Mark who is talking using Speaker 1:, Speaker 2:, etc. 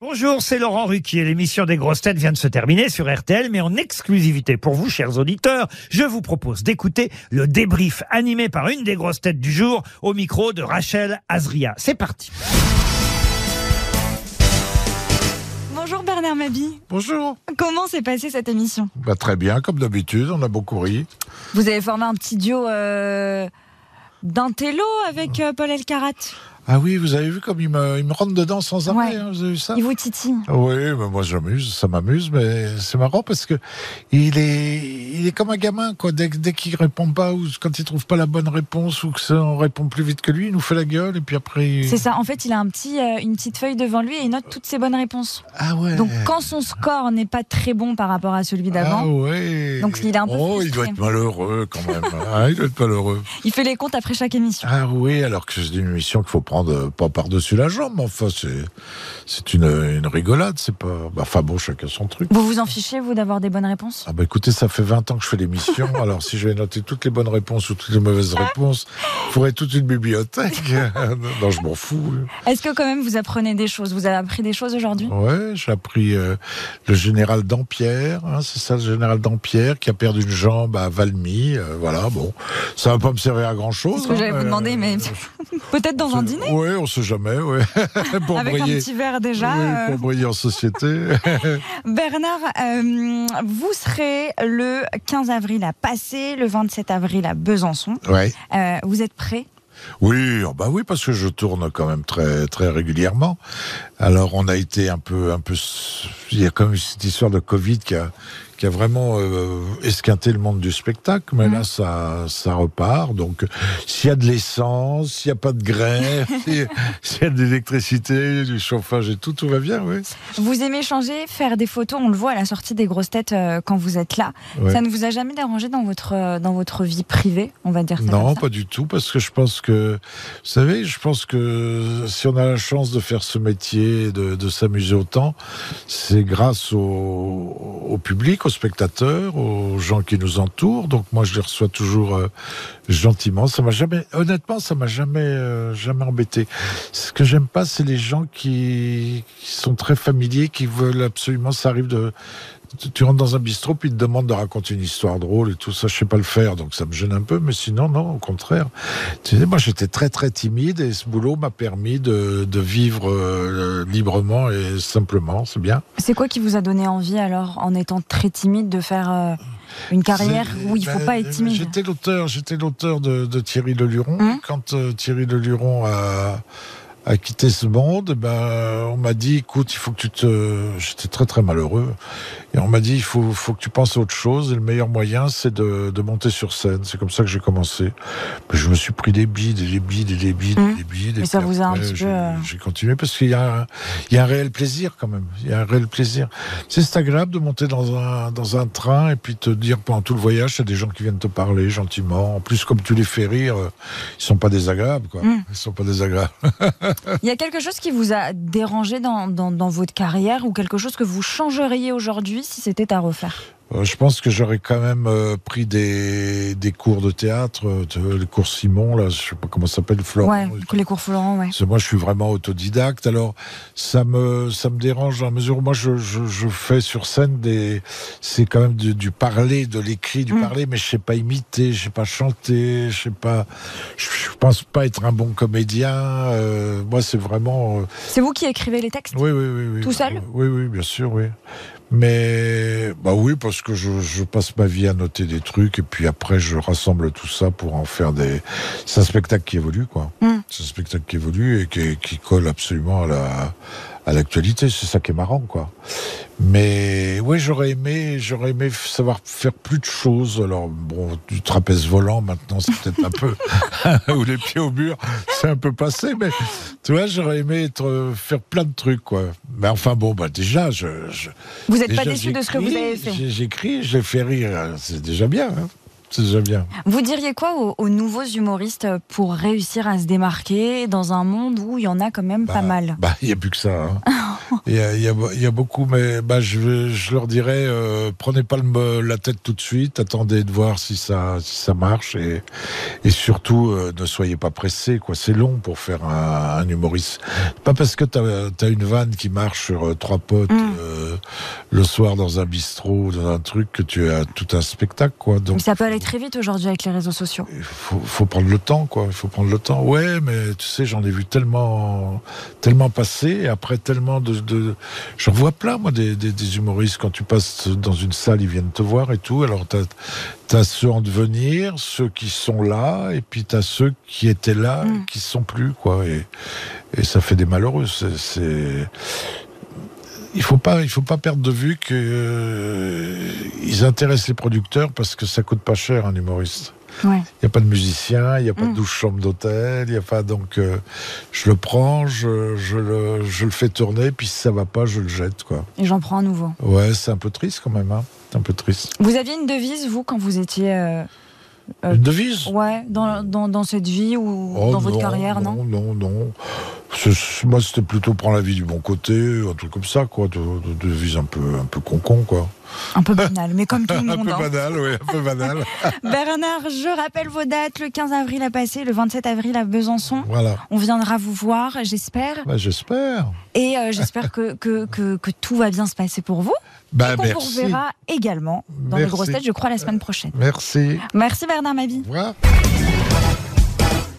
Speaker 1: Bonjour, c'est Laurent Ruquier. L'émission des grosses têtes vient de se terminer sur RTL, mais en exclusivité pour vous, chers auditeurs, je vous propose d'écouter le débrief animé par une des grosses têtes du jour au micro de Rachel Azria. C'est parti.
Speaker 2: Bonjour Bernard Mabi.
Speaker 3: Bonjour.
Speaker 2: Comment s'est passée cette émission
Speaker 3: Bah, très bien, comme d'habitude, on a beaucoup ri.
Speaker 2: Vous avez formé un petit duo euh, d'intello avec euh, Paul Elkarat.
Speaker 3: Ah oui, vous avez vu comme il me, il me rentre dedans sans arrêt,
Speaker 2: Ouais.
Speaker 3: hein, vous avez vu ça
Speaker 2: Il vous titille.
Speaker 3: Oui, bah, moi j'amuse, ça m'amuse, mais c'est marrant parce que il est, il est comme un gamin, quoi. Dès, dès qu'il répond pas ou quand il trouve pas la bonne réponse ou que ça, on répond plus vite que lui, il nous fait la gueule et puis après. il-
Speaker 2: C'est ça. En fait, il a un petit, euh, une petite feuille devant lui et il note toutes ses bonnes réponses.
Speaker 3: Ah ouais.
Speaker 2: Donc, quand son score n'est pas très bon par rapport à celui
Speaker 3: ah
Speaker 2: d'avant,
Speaker 3: ouais.
Speaker 2: Donc, il est un peu
Speaker 3: oh, il
Speaker 2: frustré.
Speaker 3: doit être malheureux quand même. ah, il doit être malheureux.
Speaker 2: il fait les comptes après chaque émission.
Speaker 3: Ah oui, alors que c'est une émission qu'il faut prendre euh, pas par-dessus la jambe, mais enfin, c'est, c'est une, une rigolade, c'est pas. bah, Enfin bon, chacun son truc.
Speaker 2: Vous vous en fichez, vous, d'avoir des bonnes réponses
Speaker 3: Ah bah écoutez, ça fait 20 ans que je fais l'émission, alors si je vais noter toutes les bonnes réponses ou toutes les mauvaises réponses, il faudrait toute une bibliothèque. non, je m'en fous.
Speaker 2: Est-ce que quand même vous apprenez des choses Vous avez appris des choses aujourd'hui
Speaker 3: Ouais, j'ai appris euh, le général Dampierre, hein, c'est ça le général Dampierre, qui a perdu une jambe à Valmy, euh, voilà, bon. Ça va pas me servir à grand-chose.
Speaker 2: C'est ce que
Speaker 3: hein,
Speaker 2: j'allais vous
Speaker 3: mais-
Speaker 2: demander, mais Peut-être dans un dîner
Speaker 3: Oui, on sait jamais, oui. Pour
Speaker 2: Avec un
Speaker 3: briller.
Speaker 2: petit verre déjà
Speaker 3: Oui,
Speaker 2: euh,
Speaker 3: pour briller en société.
Speaker 2: Bernard, euh, vous serez le 15 avril à Passé, le 27 avril à Besançon.
Speaker 3: ouais.
Speaker 2: Euh, vous êtes prêt
Speaker 3: Oui, oh bah oui, parce que je tourne quand même très très régulièrement. Alors on a été un peu un peu, il y a quand même cette histoire de Covid qui a qui a vraiment euh, esquinté le monde du spectacle, mais
Speaker 2: Mhm.
Speaker 3: là ça ça repart. Donc s'il y a de l'essence, s'il n'y a pas de grève, s'il s'il y a de l'électricité, du chauffage et tout, tout va bien, oui.
Speaker 2: Vous aimez changer, faire des photos, on le voit à la sortie des grosses têtes euh, quand vous êtes là.
Speaker 3: Ouais.
Speaker 2: Ça ne vous a jamais dérangé dans votre, euh, dans votre vie privée, on va dire ça
Speaker 3: Non,
Speaker 2: comme ça
Speaker 3: pas du tout, parce que je pense que, vous savez, je pense que si on a la chance de faire ce métier, et de, de s'amuser autant, c'est grâce au, au public, aux spectateurs, aux gens qui nous entourent. Donc moi, je les reçois toujours euh, gentiment. Ça m'a jamais, honnêtement, ça m'a jamais, euh, jamais embêté. Ce que j'aime pas, c'est les gens qui, qui sont très familiers, qui veulent absolument, ça arrive de, tu- tu rentres dans un bistrot, puis ils te demandent de raconter une histoire drôle et tout ça. Je sais pas le faire, donc ça me gêne un peu, mais sinon, non, au contraire. Tu sais, moi, j'étais très, très timide et ce boulot m'a permis de, de vivre euh, librement et simplement. C'est bien.
Speaker 2: C'est quoi qui vous a donné envie alors, en étant très timide, de faire euh, une carrière
Speaker 3: C'est-
Speaker 2: où il ne faut
Speaker 3: ben,
Speaker 2: pas être timide
Speaker 3: J'étais l'auteur, j'étais l'auteur de, de Thierry Leluron.
Speaker 2: Hum.
Speaker 3: Quand euh, Thierry Leluron a, a quitté ce monde, ben, on m'a dit, écoute, il faut que tu te... J'étais très très malheureux. Et on m'a dit, il faut, faut que tu penses à autre chose. Et le meilleur moyen, c'est de, de monter sur scène. C'est comme ça que j'ai commencé. Mais je me suis pris des bides et des bides et des bides
Speaker 2: Hum.
Speaker 3: et des bides.
Speaker 2: Mais
Speaker 3: et
Speaker 2: ça
Speaker 3: puis
Speaker 2: vous a un
Speaker 3: après,
Speaker 2: petit peu,
Speaker 3: j'ai-
Speaker 2: euh,
Speaker 3: J'ai continué parce qu'il y a, un- il y a un réel plaisir quand même. Il y a un réel plaisir. Tu sais, C'est agréable de monter dans un, dans un train et puis te dire pendant tout le voyage, il y a des gens qui viennent te parler gentiment. En plus, comme tu les fais rire, euh, ils sont pas désagréables, quoi.
Speaker 2: Mm.
Speaker 3: Ils sont pas désagréables.
Speaker 2: Il y a quelque chose qui vous a dérangé dans, dans- dans votre carrière ou quelque chose que vous changeriez aujourd'hui si c'était à refaire
Speaker 3: Euh, je pense que j'aurais quand même euh, pris des, des cours de théâtre, euh, de- le cours Simon, là, je sais pas comment ça s'appelle, Florent.
Speaker 2: Ouais, les cours Florent, ouais.
Speaker 3: Parce que Moi, je suis vraiment autodidacte, alors ça me ça me dérange dans la mesure où moi je, je, je fais sur scène des c'est quand même du, du parler, de l'écrit, du
Speaker 2: Mm.
Speaker 3: parler, mais je sais pas imiter, je sais pas chanter, je sais pas, je, je pense pas être un bon comédien. euh, moi, c'est vraiment euh,
Speaker 2: C'est vous qui écrivez les textes
Speaker 3: oui oui oui oui
Speaker 2: Tout seul
Speaker 3: oui oui bien sûr oui. Mais bah oui parce que je, je passe ma vie à noter des trucs et puis après je rassemble tout ça pour en faire des c'est un spectacle qui évolue quoi.
Speaker 2: Mm.
Speaker 3: C'est un spectacle qui évolue et qui, qui colle absolument à la à l'actualité. C'est ça qui est marrant, quoi. Mais oui, j'aurais aimé, j'aurais aimé f- savoir faire plus de choses. Alors bon, du trapèze volant maintenant, c'est peut-être un peu ou les pieds au mur, c'est un peu passé. Mais tu vois, j'aurais aimé être faire plein de trucs, quoi. Mais enfin bon, bah déjà, je, je
Speaker 2: Vous n'êtes pas
Speaker 3: déjà,
Speaker 2: déçu de ce que vous
Speaker 3: j'écris,
Speaker 2: avez fait
Speaker 3: j'ai- J'écris, je les fais rire. C'est déjà bien. hein. C'est déjà bien.
Speaker 2: Vous diriez quoi aux, aux nouveaux humoristes pour réussir à se démarquer dans un monde où il y en a quand même
Speaker 3: Bah,
Speaker 2: pas mal
Speaker 3: Bah, il n'y a plus que ça. hein. Il y a, il y a- il y a beaucoup, mais bah, je, vais- je leur dirais, euh, prenez pas le me- la tête tout de suite, attendez de voir si ça, si ça marche et, et surtout euh, ne soyez pas pressés. Quoi, c'est long pour faire un, un humoriste. Pas parce que t'as as une vanne qui marche sur euh, trois potes
Speaker 2: Mm.
Speaker 3: euh, le soir dans un bistrot, ou dans un truc que tu as tout un spectacle. Quoi.
Speaker 2: Mais
Speaker 3: Donc
Speaker 2: ça peut aller très vite aujourd'hui avec les réseaux sociaux.
Speaker 3: il faut, faut prendre le temps, quoi. Il faut prendre le temps. Ouais, mais tu sais, j'en ai vu tellement, tellement passer. Et après, tellement de, de... j'en vois plein, moi, des, des- des humoristes. Quand tu passes dans une salle, ils viennent te voir et tout. Alors, t'as, t'as ceux en devenir, ceux qui sont là, et puis t'as ceux qui étaient là,
Speaker 2: Mm.
Speaker 3: et qui sont plus, quoi. Et, et ça fait des malheureux. C'est, c'est- il faut pas, il faut pas perdre de vue que euh, ils intéressent les producteurs parce que ça coûte pas cher un humoriste.
Speaker 2: Ouais.
Speaker 3: Il n'y a pas de musicien, il n'y a pas
Speaker 2: Mm.
Speaker 3: de douche chambre d'hôtel, il n'y a pas donc euh, je le prends, je, je le, je le fais tourner, puis si ça va pas, je le jette quoi.
Speaker 2: Et j'en prends à nouveau.
Speaker 3: Ouais, c'est un peu triste quand même, hein. C'est un peu triste.
Speaker 2: Vous aviez une devise, vous, quand vous étiez euh, Euh,
Speaker 3: Une devise
Speaker 2: ouais, dans, dans, dans cette vie ou
Speaker 3: Oh,
Speaker 2: dans votre carrière, non,
Speaker 3: Non, non, non. C'est- c'est- Moi, c'était plutôt prendre la vie du bon côté, un truc comme ça, quoi. De, de- de devise un peu, un peu concon, quoi.
Speaker 2: Un peu banal, mais comme tout le
Speaker 3: Un
Speaker 2: monde.
Speaker 3: peu
Speaker 2: hein.
Speaker 3: banal, oui, un peu banal.
Speaker 2: Bernard, je rappelle vos dates. Le 15 avril à Passé, le 27 avril à Besançon.
Speaker 3: voilà.
Speaker 2: On viendra vous voir, j'espère.
Speaker 3: Bah, J'espère.
Speaker 2: Et euh, j'espère que, que, que, que tout va bien se passer pour vous.
Speaker 3: Bah,
Speaker 2: et qu'on vous
Speaker 3: merci.
Speaker 2: reverra également dans les
Speaker 3: Merci.
Speaker 2: grosses têtes, je crois, la semaine prochaine.
Speaker 3: Merci.
Speaker 2: Merci Bernard Mabie.
Speaker 3: Au revoir.